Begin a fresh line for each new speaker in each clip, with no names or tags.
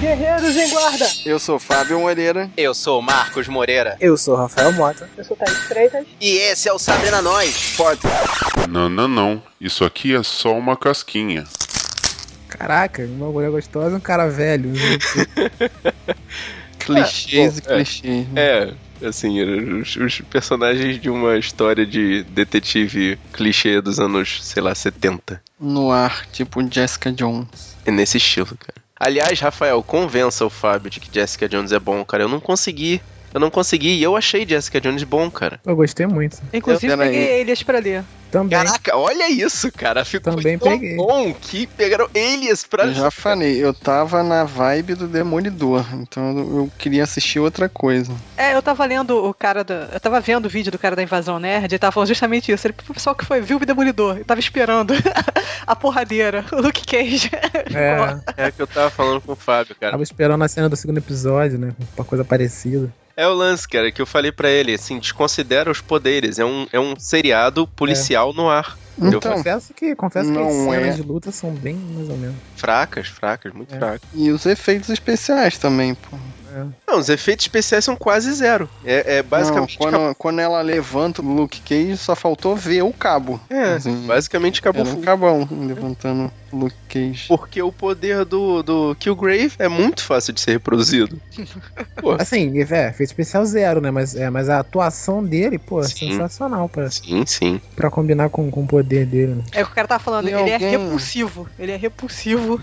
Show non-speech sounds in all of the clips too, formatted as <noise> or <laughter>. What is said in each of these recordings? Caídos em Guarda.
Eu sou Fábio Moreira.
Eu sou Marcos Moreira.
Eu sou Rafael Mota.
Eu sou Thaís Freitas.
E esse é o Sabrina Nós.
Pode.
Não, não, não. Isso aqui é só uma casquinha.
Caraca, uma mulher gostosa e um cara velho.
Clichês e
é.
clichês. né?
É, assim, os, os personagens de uma história de detetive clichê dos anos, sei lá, 70.
No ar, tipo Jessica Jones.
É nesse estilo, cara. Aliás, Rafael, convença o Fábio de que Jessica Jones é bom, cara. Eu não consegui. Eu não consegui e eu achei Jessica Jones bom, cara.
Eu gostei muito.
Eu-
Inclusive,
peraí.
peguei Elias pra ler.
Também.
Caraca, olha isso, cara. Ficou
Também
tão
peguei.
bom que pegaram Elias pra. <laughs>
Eu já falei, eu tava na vibe do Demolidor, então eu queria assistir outra coisa.
É, eu tava lendo o cara da. Eu tava vendo o vídeo do cara da Invasão Nerd, ele tava falando justamente isso. Ele, o pessoal que foi, viu o Demolidor, eu tava esperando <laughs> a porradeira, o Luke Cage.
<laughs>
É,
É o que eu tava falando com o Fábio, cara.
tava esperando a cena do segundo episódio, né? Uma coisa parecida.
É o lance, cara, que eu falei pra ele, assim, desconsidera os poderes. É um, é um seriado policial no ar. Eu
Então,
confesso que, confesso que as
não
cenas
é.
de luta são bem mais ou menos.
Fracas, fracas, muito
É.
fracas.
e os efeitos especiais também, pô.
Não, os efeitos especiais são quase zero. É, é basicamente.
Não, quando, quando ela levanta o Luke Cage, só faltou ver o cabo.
É,
Assim,
basicamente acabou.
Era um cabão levantando o Luke Cage.
Porque o poder do, do Killgrave é muito fácil de ser reproduzido. Pô,
Assim, é, fez especial zero, né? Mas, é, mas a atuação dele, pô, é
Sim.
sensacional pra,
sim, sim.
pra combinar com, com o poder dele, né?
É o que o cara tava falando,
E
ele é
alguém-
repulsivo. Ele é repulsivo.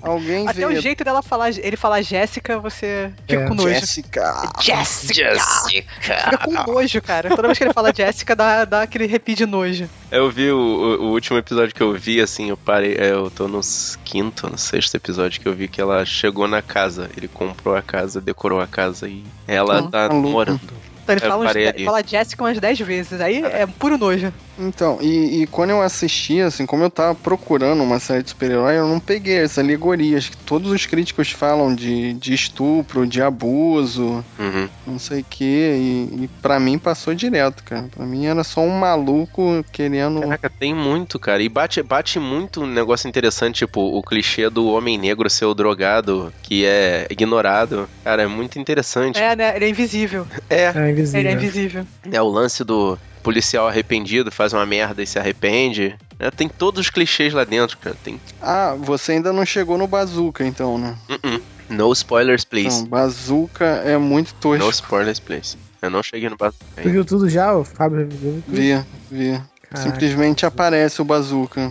Alguém
Até o
veio.
jeito dela falar, ele falar Jéssica, você fica
É.
com nojo.
Jessica!
Jéssica! Fica com nojo, cara. Toda vez que ele fala Jéssica, dá, dá aquele arrepio de nojo.
Eu vi o, o- o último episódio que eu vi, assim, eu parei. é, eu tô no s- quinto, no sexto episódio que eu vi que ela chegou na casa. Ele comprou a casa, decorou a casa e ela
Hum.
tá
Maluco.
morando.
Então ele
Eu
fala, uns,
parei
ele
ali.
fala Jéssica umas 10 vezes. Aí é puro nojo.
Então, e, e quando eu assisti, assim, como eu tava procurando uma série de super-herói, eu não peguei essas alegorias que todos os críticos falam de, de estupro, de abuso,
Uhum.
não sei o quê, e, e pra mim passou direto, cara. Pra mim era só um maluco querendo. um-
Caraca, tem muito, cara. E bate, bate muito um negócio interessante, tipo, o clichê do homem negro ser o drogado, que é ignorado. Cara, é muito interessante.
É, né? Ele é invisível.
é
É invisível.
Ele é invisível.
né, o lance do policial arrependido faz uma merda e se arrepende. né, tem todos os clichês lá dentro, cara. Tem.
Ah, você ainda não chegou no Bazooka, então, né?
Uh-uh. No spoilers,
Então,
please.
Bazooka é muito
No
tosco.
spoilers, please. Eu não cheguei no básico.
Tu viu tudo já, o Fábio viu tudo?
Vê, vê.
Caraca.
Simplesmente aparece o Bazooka.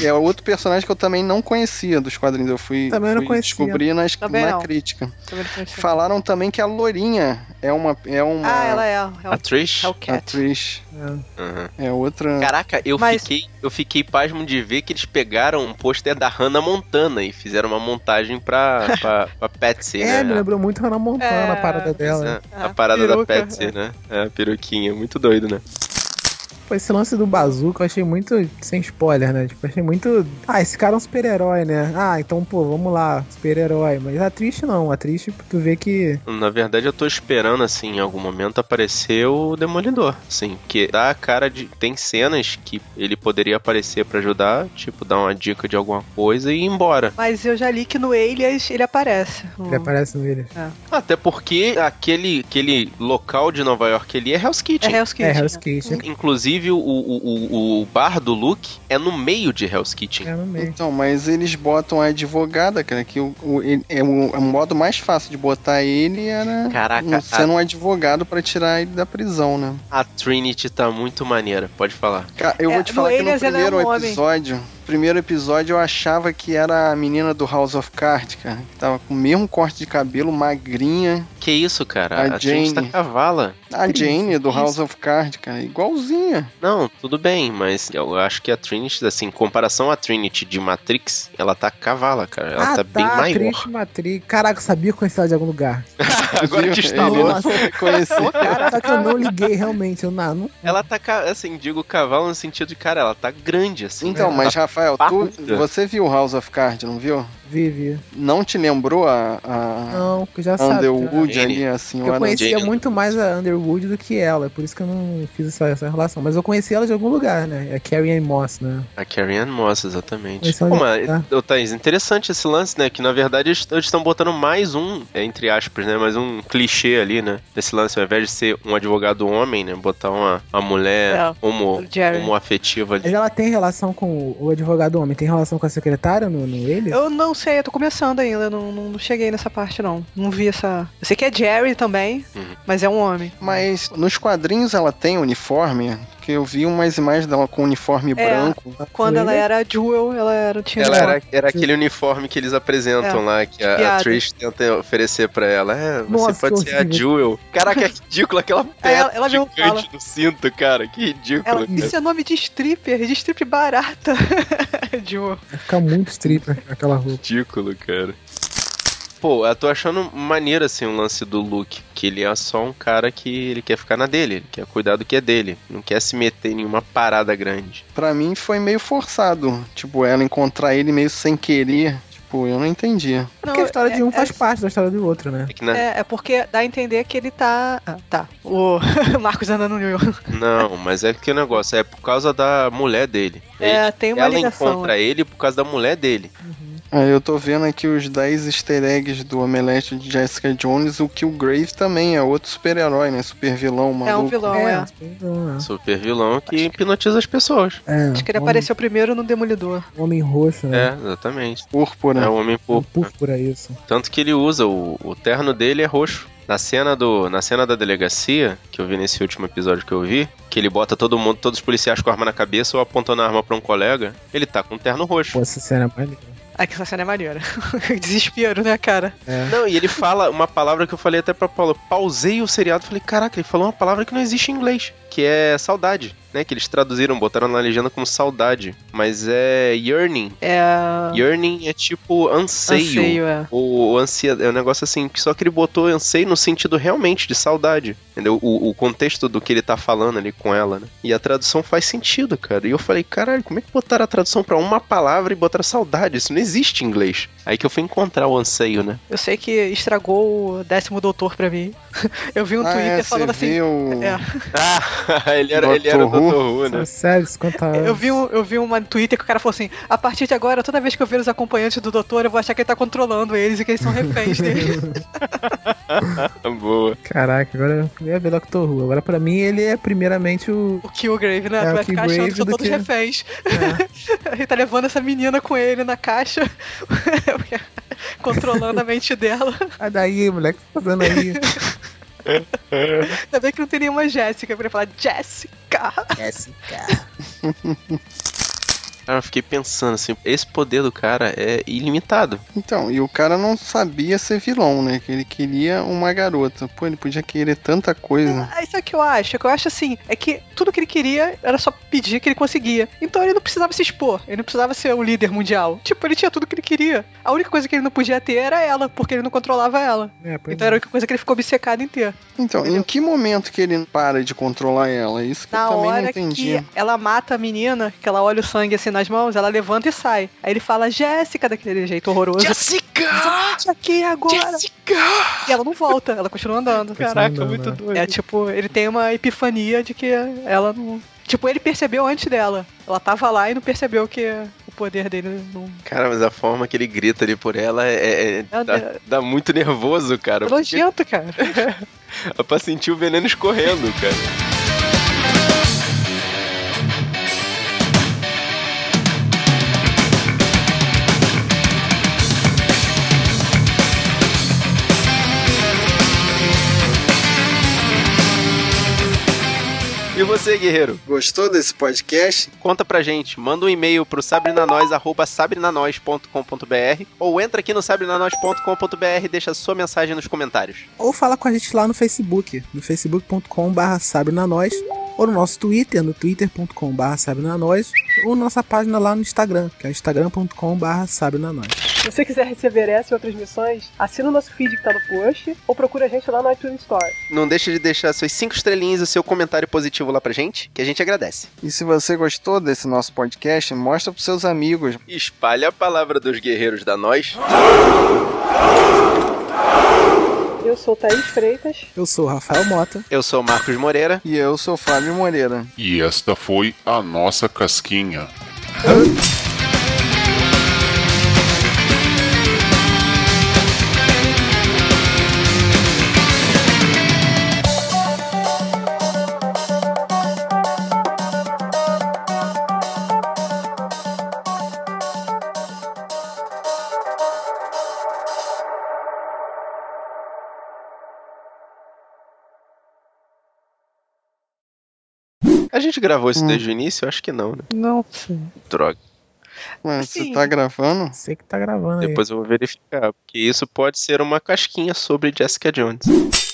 E é outro personagem que eu também não conhecia dos quadrinhos. Eu fui,
Também não
fui
conhecia.
descobrir nas-
Também
na
não.
crítica.
Também não conhecia.
Falaram também que a Lourinha é uma, é uma
Ah, ela é.
A Trish?
Assim.
Hellcat.
atriz.
Uhum.
É outra.
Caraca, eu,
Mas-
fiquei, eu fiquei pasmo de ver que eles pegaram um pôster da Hannah Montana e fizeram uma montagem pra, pra, pra
<laughs>
Patsy,
É, me
né?
lembrou muito Hannah Montana,
É,
a parada dela. né?
Né?
é.
A parada da
Peruca,
Patsy,
é.
né? É, a peruquinha, muito doido, né?
Pô, esse lance do Bazooka eu achei muito. Sem spoiler, né? Tipo, achei muito. Ah, esse cara é um super-herói, né? Ah, então, pô, vamos lá, super-herói. Mas a triste não, a triste tu vê que.
Na verdade, eu tô esperando, assim, em algum momento aparecer o Demolidor, assim, porque dá a cara de. Tem cenas que ele poderia aparecer pra ajudar, tipo, dar uma dica de alguma coisa e ir embora.
Mas eu já li que no Alias ele aparece.
Ele aparece no ele.
Até porque aquele, aquele local de Nova York ali é Hell's
É
Kitchen.
Hell's
É,
Kitchen.
Hell's Kitchen.
Inclusive, o, o, o, o bar do Luke é no meio de Hell's Kitchen.
É no meio.
Então, mas eles botam a advogada, cara, que o, o, ele- é o, o modo mais fácil de botar ele era
Caraca,
um- sendo um advogado pra tirar ele da prisão, né?
a, a Trinity tá muito maneira, pode falar.
Cara, eu
É,
vou te
no
falar que no
Alias ela é um
primeiro
homem.
episódio, primeiro episódio eu achava que era a menina do House of Cards, cara, que tava com o mesmo corte de cabelo, magrinha,
Que isso, cara?
A
A, Trinity tá
Jane.
cavala.
a Jane do
isso.
House of Cards, cara, igualzinha.
Não, tudo bem, mas eu acho que a Trinity, assim, em comparação à Trinity de Matrix, ela tá cavala, cara. Ela
Ah,
tá, bem maior.
triste Matrix. Caraca, eu sabia que conhecia ela de algum lugar.
<laughs> Agora que instalou.
Nossa,
Conheci.
cara, só que eu não liguei realmente. Eu não, não-
Ela tá, ca- assim, digo cavalo no sentido de, cara, ela tá grande, assim.
Então,
né?
mas
Ela
Rafael, tu,
Parruda.
você viu House of Cards, não viu?
Vivi.
Não te lembrou a, a
Não, que eu já sabe. cara.
né?
Underwood
Jane.
ali, assim, um a
Eu
senhora?
conhecia
Jane.
muito mais a Underwood do que ela, é por isso que eu não fiz essa, essa relação. Mas eu conheci ela de algum lugar, né? A Carrie Ann Moss, né?
A Carrie Ann Moss, exatamente.
Esse é o
Pô,
lance,
mas,
tá?
ô, Thaís, interessante esse lance, né? Que na verdade eles eles estão botando mais um, é, entre aspas, né? Mais um clichê ali, né? Nesse lance, ao invés de ser um advogado homem, né? Botar uma, uma mulher
Não,
homo,
o Jerry.
homoafetiva
Mas
ali.
ela tem relação com o advogado homem, tem relação com a secretária no, no ele?
Eu não sei, eu tô começando ainda, não, não, não cheguei nessa parte não. Não vi essa. Eu sei que é Jerry também,
Uhum.
mas é um homem.
Mas nos quadrinhos ela tem uniforme, que eu vi umas imagens dela com
É.
uniforme branco.
Quando
No
ela
Ele?
era Jewel, ela era tinha
Ela
um-
era, era aquele uniforme que eles apresentam lá, que
de
a, a
É, piada.
Trish tenta oferecer pra ela. É, você
Nossa,
pode ser a
horrível.
Jewel. Caraca, é ridículo aquela
<laughs> É, ela-
pedra
ela mesmo
gigante no cinto, cara. Que ridículo.
Ela-
cara.
isso é nome de stripper, de strip
<laughs>
barata. Jewel.
Fica muito stripper aquela roupa.
ridículo, cara. Pô, eu tô achando maneiro, assim, o lance do Luke. Que ele é só um cara que ele quer ficar na dele. Ele quer cuidar do que é dele. Não quer se meter em nenhuma parada grande.
Pra mim foi meio forçado. Tipo, ela encontrar ele meio sem querer. Tipo, eu não entendi.
Não,
Porque a história de um
é-
faz parte da história do outro, né?
É que, né?
É, é porque dá a entender que ele tá. Ah, tá. O <laughs> Marcos andando no York.
Não, mas é que o negócio é por causa da mulher dele.
É, tem uma
ela
ligação. é.
encontra ele por causa da mulher dele.
Aí eu tô vendo aqui os 10 easter eggs do Omelete de Jessica Jones, o que o Grave também é outro super-herói, né? Super vilão, maluco.
É um vilão, é.
Não, é.
Super vilão que hipnotiza as pessoas.
É,
Acho que ele
homem-
apareceu primeiro no Demolidor.
Homem roxo, né?
É, exatamente.
Púrpura.
É o homem
Um
por
púrpura, isso.
Tanto que ele usa, o, o terno dele é roxo. Na cena, do, na cena da delegacia, que eu vi nesse último episódio que eu vi, que ele bota todo mundo, todos os policiais com a arma na cabeça ou apontando a arma pra um colega, ele tá com um terno roxo.
Pô, essa cena é maneira.
Ah, que essa cena é maneira. <laughs> Desespero, né, cara?
Não, e ele fala uma palavra que eu falei até pra Paula. Pausei o seriado falei, caraca, ele falou uma palavra que não existe em inglês, que é saudade, né? Que eles traduziram, botaram na legenda como saudade. Mas é yearning.
É.
Yearning é tipo anseio.
Anseio, é.
O, o ansia é um negócio assim, que só que ele botou anseio no sentido realmente de saudade, entendeu? O, o contexto do que ele tá falando ali com ela, né? E a tradução faz sentido, cara. E eu falei, caralho, como é que botaram a tradução pra uma palavra e botaram saudade? Isso não existe em inglês. Aí que eu fui encontrar o anseio, né?
Eu sei que estragou o décimo doutor pra mim. <laughs> Eu vi um
ah,
Twitter
é,
falando
você
assim.
viu?
É.
Ah, <laughs> ele era, ele era o
Dr.
Dr.
Who.
Who, né?
Sério, Sério, isso quanto a...
Eu vi, um, eu vi uma no Twitter que o cara falou assim: a partir de agora, toda vez que eu ver os acompanhantes do doutor, eu vou achar que ele tá controlando eles e que eles são reféns dele.
<laughs>
Boa.
Caraca, agora eu ia ver Doctor Who. Agora pra mim ele é primeiramente o...
O Killgrave, né?
É,
Tu
o
vai ficar achando que
Killgrave
são
do
todos
que-
reféns. <laughs>
É.
ele tá levando essa menina com ele na caixa, <laughs> controlando a mente dela.
Ah, daí, moleque, tá
<laughs>
fazendo aí.
Ainda bem que não tem nenhuma Jéssica pra ele falar Jéssica!
Cara, eu fiquei pensando assim, esse poder do cara é ilimitado.
Então, e o cara não sabia ser vilão, né? Que ele queria uma garota. Pô, ele podia querer tanta coisa.
Ah, Isso é o que eu acho. O que eu acho assim é que tudo que ele queria era só pedir que ele conseguia. Então ele não precisava se expor, ele não precisava ser um líder mundial. Tipo, ele tinha tudo que ele queria. A única coisa que ele não podia ter era ela, porque ele não controlava ela.
É, pois
Então era a única coisa que ele ficou obcecado em ter.
Então, em que momento que ele para de controlar ela? Isso que
Na
eu também não
hora
entendi. né,
que ela mata a menina, que ela olha o sangue assim nas mãos, ela levanta e sai. Aí ele fala, Jéssica, daquele jeito horroroso.
Jessica!
Jéssica aqui agora. E ela não volta, ela continua andando.
Continua
Caraca,
andando,
Ah, muito
né?
doido.
É tipo, ele tem uma epifania de que ela não. Tipo, ele percebeu antes dela. Ela tava lá e não percebeu que o poder dele não.
É. Cara, mas a forma que ele grita ali por ela é. é-
Meu
dá,
Deus.
dá muito nervoso, cara.
É
porque
nojento, cara.
É pra sentir o veneno escorrendo, cara. E você, guerreiro?
Gostou desse podcast?
Conta pra gente. Manda um e-mail pro sabrinanois, arroba sabrinanois.com.br ou entra aqui no sabrinanois.com.br e deixa sua mensagem nos comentários.
Ou fala com a gente lá no Facebook, no facebook.com.br sabrenanois, ou no nosso Twitter, no twitter.com.br sabrenanois, ou nossa página lá no Instagram, que é instagram.com.br sabrenanois.
<laughs> Se você quiser receber essa e outras missões, assina o nosso feed que tá no post ou procura a gente lá no iTunes Store.
Não deixa de deixar suas cinco estrelinhas e o seu comentário positivo lá pra gente, que a gente agradece.
E se você gostou desse nosso podcast, mostra pros seus amigos.
Espalha a palavra dos guerreiros da nós.
Eu sou Thaís Freitas.
Eu sou o Rafael Mota.
Eu sou o Marcos Moreira.
E eu sou Fábio Moreira.
E esta foi a nossa casquinha.
A gente gravou isso
Hum.
desde o início? Eu acho que não, né?
Não sei.
Droga.
Ué,
Sim.
você tá gravando?
Você que tá gravando aí.
Depois eu vou verificar, porque isso pode ser uma casquinha sobre Jessica Jones.